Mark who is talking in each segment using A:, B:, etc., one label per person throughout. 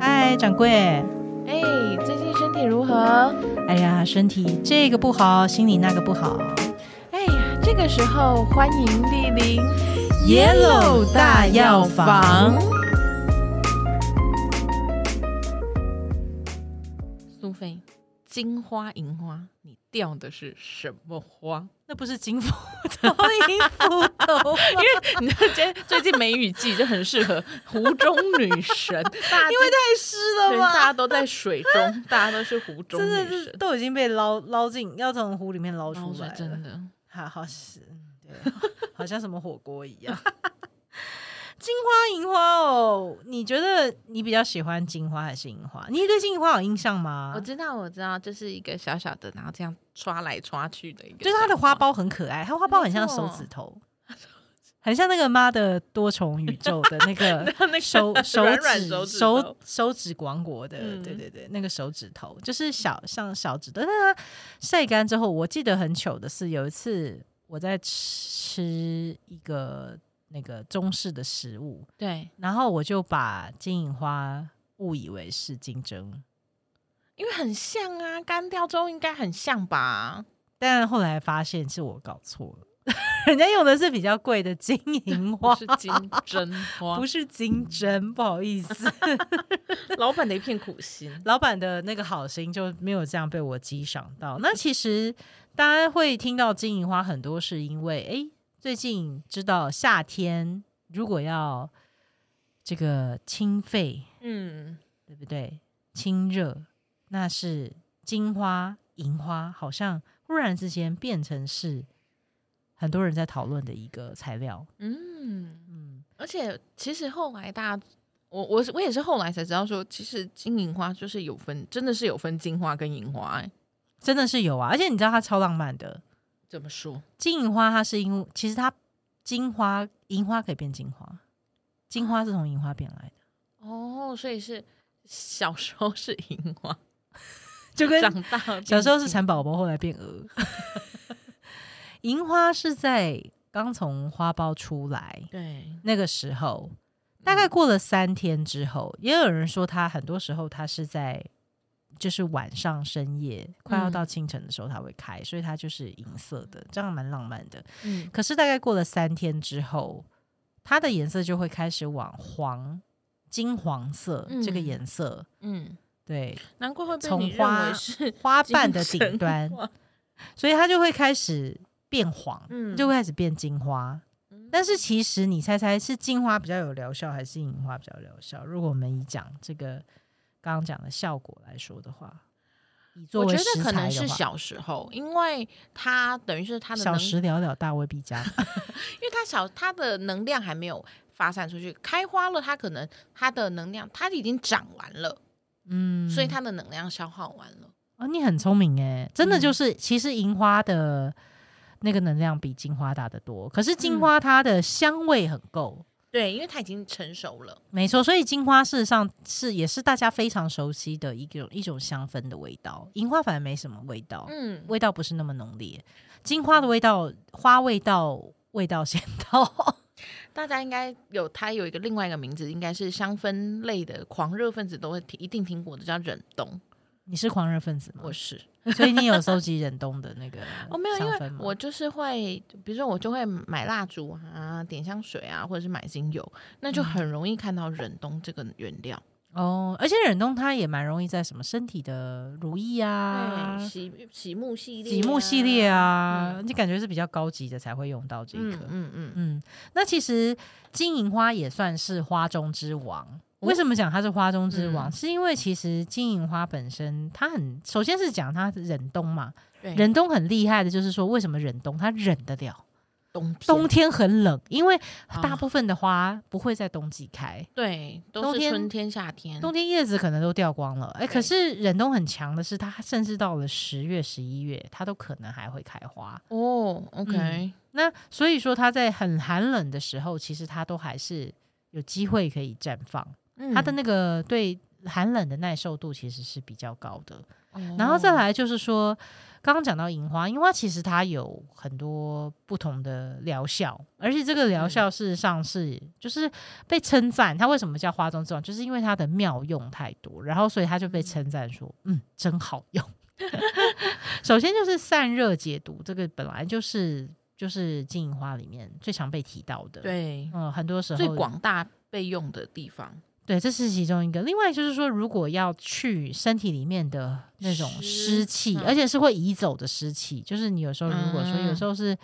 A: 嗨，掌柜。
B: 哎，最近身体如何？
A: 哎呀，身体这个不好，心里那个不好。
B: 哎呀，这个时候欢迎莅临
A: Yellow 大药房。
B: 苏菲，金花银花，你掉的是什么花？
A: 那不是金斧头， 银斧头吗。
B: 因为你知道，今天最近梅雨季就很适合湖中女 神，大家
A: 因为太湿
B: 对
A: 了
B: 大
A: 吧
B: 家？都在水中，大家都是湖 中
A: 真的
B: 女
A: 是
B: 神，
A: 都已经被捞捞进，要从湖里面捞出
B: 是
A: 来了。
B: 真的。
A: 好好是，嗯对，好像什么火锅一样。 金花银花哦，你觉得你比较喜欢金花还是银花？你对金花有印象吗
B: 我？知道，我知道，就是一个小小的，然后这样刷来刷去的一个，
A: 就是它的花。苞很可爱，它花苞很像手指头， 很像那个妈的多重宇宙的那个
B: 那个
A: 手手
B: 软软
A: 指
B: 手指
A: 手
B: 头
A: 手指王国的，
B: 嗯
A: 对对对，那个手指头就是小像小指头，但是它晒干之后，我记得很糗的是有一次我在吃一个那个中式的食物，
B: 对，
A: 然后我就把金银花误以为是金针。
B: 因为很像啊，干掉之后应该很 像吧？
A: 但后来发现是我搞错了，人家用的是比较贵的金银
B: 不
A: 花，
B: 是金针花
A: 不， 是金针，不好意思，
B: 老板的一片苦心。
A: 老板的那个好心就没有这样被我激赏到。那其实大家会听到金银花，很多是因为诶最近知道夏天如果要这个清肺，
B: 嗯，
A: 对不对？清热，那是金花、银花，好像忽然之间变成是很多人在讨论的一个材料。
B: 嗯，
A: 嗯，
B: 而且其实后来大家，我我是我也是后来才知道说，其实金银花就是有分，真的是有分金花跟银花、哎，
A: 真的是有啊，而且你知道它超浪漫的。
B: 怎么说？
A: 金银花它是因为其实它金花、银花可以变金花，金花是从银花变来的，
B: 哦，所以是小时候是银花，
A: 就跟
B: 长大了
A: 小时候是
B: 变金
A: 蚕宝宝，后来变鹅。 银花是在刚从花苞出来，
B: 对，
A: 那个时候，大
B: 嗯
A: 概过了三天之后，也有人说他很多时候他是在就是晚上深夜快要到
B: 嗯
A: 清晨的时候他会开，所以它就是银色的，这样蛮浪漫的。
B: 嗯，
A: 可是大概过了三天之后，它的颜色就会开始往黄、金黄色、
B: 嗯
A: 这个颜色，
B: 嗯，
A: 对
B: 难怪会被
A: 从
B: 你认
A: 花
B: 为是
A: 花
B: 金
A: 瓣的
B: 针
A: 顶端，
B: 花
A: 所以它就会开始变黄，
B: 嗯
A: 就会开始变金花。
B: 嗯
A: 但是其实你猜猜是金花比较有疗效，还是银花比较有疗效？如果我们以讲这个刚刚讲的效果来说的话，以作
B: 我
A: 为
B: 觉
A: 食
B: 得可
A: 材
B: 能
A: 的
B: 是
A: 话，
B: 小时候，因为他等于是他的
A: 小
B: 能，
A: 时了了，大未必 佳。
B: 因为他小他的能量还没有发散出去，开花了，他可能他的能量他已经长完了，
A: 嗯，
B: 所以他的能量消耗完了。
A: 哦，你很聪明哎，真的就
B: 嗯
A: 是，其实银花的那个能量比金花大得多，可是
B: 嗯
A: 金花它的香味很够。
B: 对，因为他已经成熟了。
A: 没错，所以金花事实上是也是大家非常熟悉的一种一种香氛的味道，银花反而没什么味道。
B: 嗯，
A: 味道不是那么浓烈。金花的味道，花味道，味道先到。
B: 大家应该有他有一个另外一个名字，应该是香氛类的狂热分子都会听一定听过的，叫忍冬。
A: 你是狂热分子吗
B: 我？是。
A: 所以你有收集忍冬的那个
B: 哦，没有，因
A: 香
B: 为
A: 氛吗
B: 我就是会，比如说我就会买蜡烛啊、点香水啊，或者是买精油，那就
A: 嗯
B: 很容易看到忍冬这个原料。
A: 哦，而且忍冬它也蛮容易在什么身体的如意啊、
B: 对，洗洗木系列、啊
A: 几木系列，啊，你感觉是比较高级的才会用到这个。
B: 嗯嗯嗯，
A: 嗯，那其实金银花也算是花中之王。为什么讲它是花中之王？
B: 哦嗯
A: 是因为其实金银花本身，它很首先是讲它忍冬嘛，
B: 对，
A: 忍冬很厉害的，就是说为什么忍冬它忍得了？
B: 冬天
A: 冬天很冷，因为
B: 啊
A: 大部分的花不会在冬季开，
B: 对都
A: 冬
B: 是
A: 天
B: 春天、夏天，
A: 冬天叶子可能都掉光了。哎，
B: 嗯对
A: 可是忍冬很强的是，它甚至到了十月、十一月，它都可能还会开花。
B: 哦，OK，
A: 那所以说，它在很寒冷的时候，其实它都还是有机会可以绽放。
B: 嗯
A: 它的那个对寒冷的耐受度其实是比较高的。然
B: 哦
A: 后再来就是说，刚刚讲到银花，银花其实它有很多不同的疗效，而且这个疗效事实上是、就是被称赞。它为什么叫花中之王，就是因为它的妙用太多，然后所以它就被称赞说，嗯，真好用。 首先就是散热解毒，这个本来就是就是金银花里面最常被提到的。，
B: 对
A: 嗯，很多时候
B: 最广大备用的地方，
A: 对，这是其中一个。另外就是说，如果要去身体里面的那种
B: 湿
A: 湿气，
B: 嗯
A: 而且是会移走的湿气，就是你有时候如果说
B: 嗯
A: 有时候是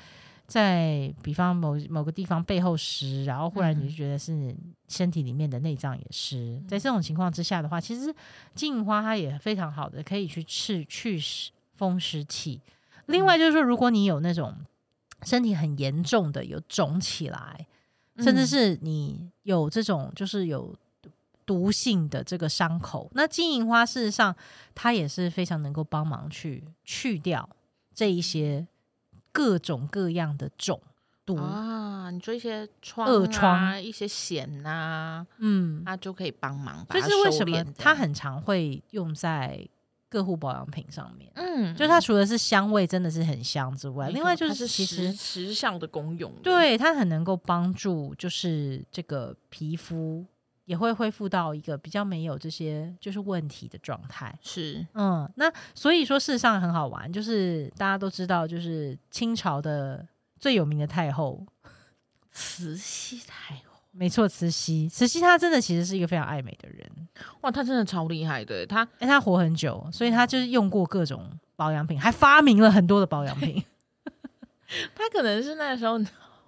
A: 在比方某某个地方背后湿，然后忽然你就觉得是身体里面的内脏也湿，在这种情况之下的话，其实金银花它也非常好的可以去去去湿风湿气。
B: 嗯
A: 另外就是说，如果你有那种身体很严重的有肿起来，甚至
B: 嗯
A: 是你有这种就是有毒性的这个伤口，那金银花事实上它也是非常能够帮忙去去掉这一些各种各样的肿毒，
B: 啊，你说一些疮、
A: 恶
B: 啊、
A: 嗯疮
B: 一些癣呐、
A: 嗯，
B: 它就可以帮忙
A: 所
B: 把
A: 以
B: 它
A: 这
B: 收
A: 是
B: 敛。
A: 为什么
B: 它
A: 它很常会用在个护保养品上面。
B: 嗯，
A: 就是它除了是香味真的是很香之外，
B: 没
A: 另
B: 错
A: 外就
B: 它
A: 是
B: 是
A: 其实
B: 时时效的功用的，
A: 对它很能够帮助，就是这个皮肤也会恢复到一个比较没有这些就是问题的状态。
B: 是
A: 嗯，那所以说事实上很好玩，就是大家都知道，就是清朝的最有名的太后，
B: 慈禧太后。
A: 没错，慈禧。慈禧她真的其实是一个非常爱美的人，
B: 哇，她真的超厉害的，她
A: 哎，她活很久，所以她就是用过各种保养品，还发明了很多的保养品。
B: 她可能是那时候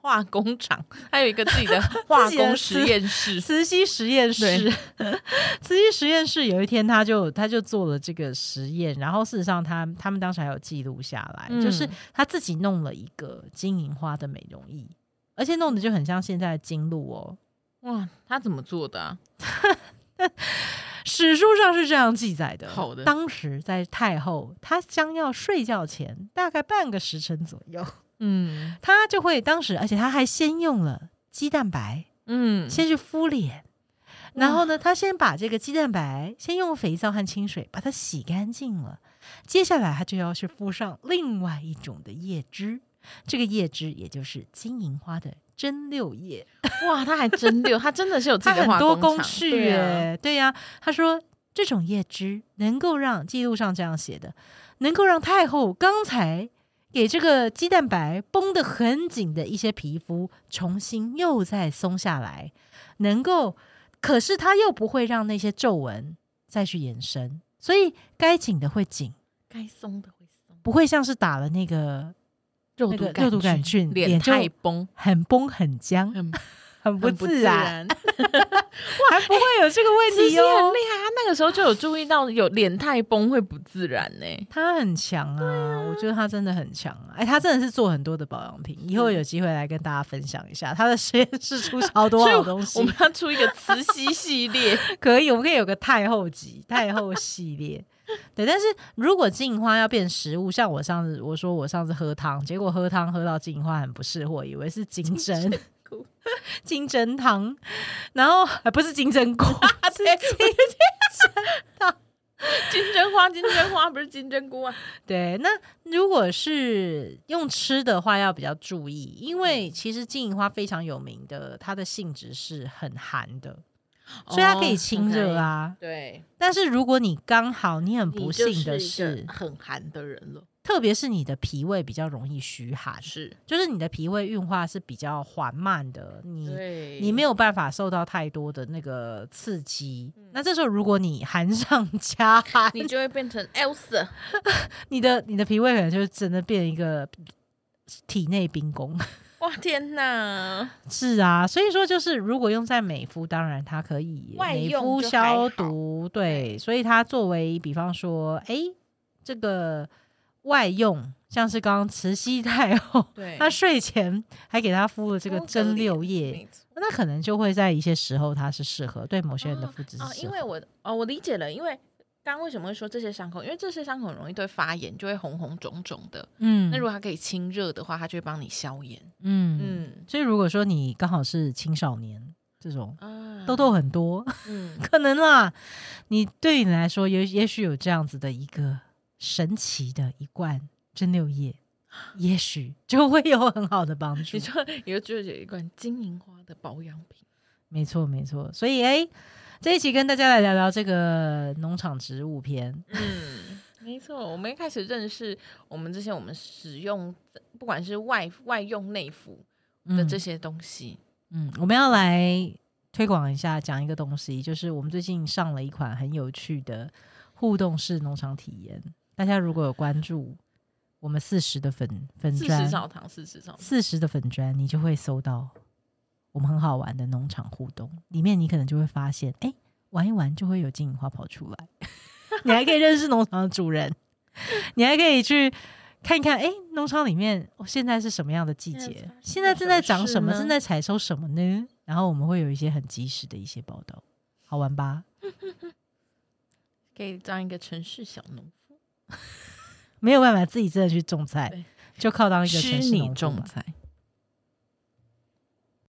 B: 化工厂，还有一个自 己的化
A: 自己的
B: 工实
A: 私
B: 验室，
A: 慈禧实验室
B: 对，
A: 慈禧实验室有一天他就他就做了这个实验，然后事实上他他们当时还有记录下来，
B: 嗯
A: 就是他自己弄了一个金银花的美容仪，而且弄的就很像现在的金露哦。
B: 哇，她怎么做的啊？
A: 史书上是这样记载的。
B: 好的
A: 当时在太后她将要睡觉前，大概半个时辰左右，
B: 嗯
A: 她就会当时，而且她还先用了鸡蛋白，
B: 嗯，
A: 先去敷脸，然后呢，他先把这个鸡蛋白先用肥皂和清水把它洗干净了，接下来他就要去敷上另外一种的叶汁，这个叶汁也就是金银花的蒸馏液，
B: 嗯哇，她还真溜，她真的是有自
A: 它
B: 己的
A: 很
B: 化
A: 多
B: 工
A: 工
B: 厂
A: 序
B: 对啊
A: 耶，对呀、他说。这种叶汁能够让记录上这样写的，能够让太后刚才给这个鸡蛋白绷得很紧的一些皮肤重新又再松下来，能够，可是它又不会让那些皱纹再去延伸，所以该紧的会紧，
B: 该松的会松，
A: 不会像是打了那个
B: 肉
A: 那个
B: 毒
A: 肉毒杆菌
B: 脸
A: 脸就
B: 太崩，
A: 很绷很僵，
B: 很
A: 很不
B: 很不
A: 自然，。 还不会有这个
B: 慈
A: 问
B: 禧
A: 题
B: 很
A: 哦
B: 厉。害，她那个时候就有注意到有脸太崩会不自然呢、
A: 他很强啊，我觉得他真的很强啊！哎，他真的是做很多的保养品，以后有机会来跟大家分享一下他的实验室出超 多
B: 所以
A: 好
B: 我
A: 东西。
B: 我们要出一个慈禧系列，
A: 可以，我们可以有个太后级、太后系 列。对，但是如果金银花要变食物，像我上次我说我上次喝汤，结果喝汤喝到金银花很不适货，以为是金针
B: 菇、
A: 金针汤，然后还不是金针 菇，啊是金
B: 金针花，金针花不是金针菇啊，
A: 对，那如果是用吃的话，要比较注意，因
B: 嗯
A: 为其实金银花非常有名的，它的性质是很寒的，所以它可以清热
B: 哦，OK。
A: 啊。
B: 对，
A: 但是如果你刚好你很不幸的
B: 你就是
A: 是
B: 一，个很寒的人了，
A: 特别是你的脾胃比较容易虚寒，
B: 是
A: 就是你的脾胃运化是比较缓慢的，你
B: 对，
A: 你没
B: 有
A: 有办法受到太多的那个刺激。
B: 嗯
A: 那这时候如果你寒上加 寒，
B: 你就会变成 Elsa，
A: 你的你的脾胃可能就真的变一个体内冰宫。
B: 哇天哪，
A: 是啊，所以说就是如果用在美肤，当然它可以
B: 外
A: 美
B: 用
A: 肤
B: 就还
A: 消
B: 好
A: 毒，对，所以它作为比方说，哎，这个外用，像是刚刚慈禧太后，
B: 对，
A: 她睡前还给她敷了这个
B: 敷个
A: 蒸
B: 脸
A: 馏液，
B: 没错
A: 那可能就会在一些时候它是适合，对某些人的
B: 哦
A: 肤质
B: 哦
A: 是，适
B: 因
A: 合。
B: 为我哦，我理解了，因为。刚刚为什么会说这些伤口？因为这些伤口很容易对发炎，就会红红肿肿的。
A: 嗯
B: 那如果它可以清热的话，它就会帮你消炎。
A: 嗯嗯，
B: 嗯，
A: 所以如果说你刚好是青少年，这种
B: 啊
A: 痘痘很多，
B: 嗯，
A: 可能啦。你对你来说，也也许有这样子的一个神奇的一罐蒸馏液， 也许就会有很好的帮助
B: 你。说以后就是有一罐金银花的保养品，
A: 没错，没错。所以，哎，这一期跟大家来聊聊这个农场植物篇。
B: 嗯， 没错，我们一开始认识我们这些我们使用，不管是外外用内服的
A: 嗯
B: 这些东西，
A: 嗯，我们要来推广一下，讲一个东西，就是我们最近上了一款很有趣的互动式农场体验。大家如果有关注我们四十的粉粉
B: 四
A: 砖
B: 十，少糖，四十少糖，
A: 四十的粉砖，你就会搜到我们很好玩的农场互动，里面你可能就会发现，哎、玩一玩就会有金银花跑出来， 你还可以认识农场的主人，你还可以去看一看，哎、农场里面、哦、现在是什么样的季
B: 现在
A: 节
B: 发，生
A: 现在
B: 了
A: 正
B: 什
A: 在
B: 么
A: 长
B: 事
A: 什么，
B: 呢
A: 正在采收什么呢？然后我们会有一些很及时的一些报道，好玩吧？
B: 可以当一个城市小农夫，
A: 没有办法自己真的去种菜
B: 对，
A: 就靠当一个
B: 虚
A: 城市
B: 拟
A: 农夫
B: 种
A: 吧
B: 菜，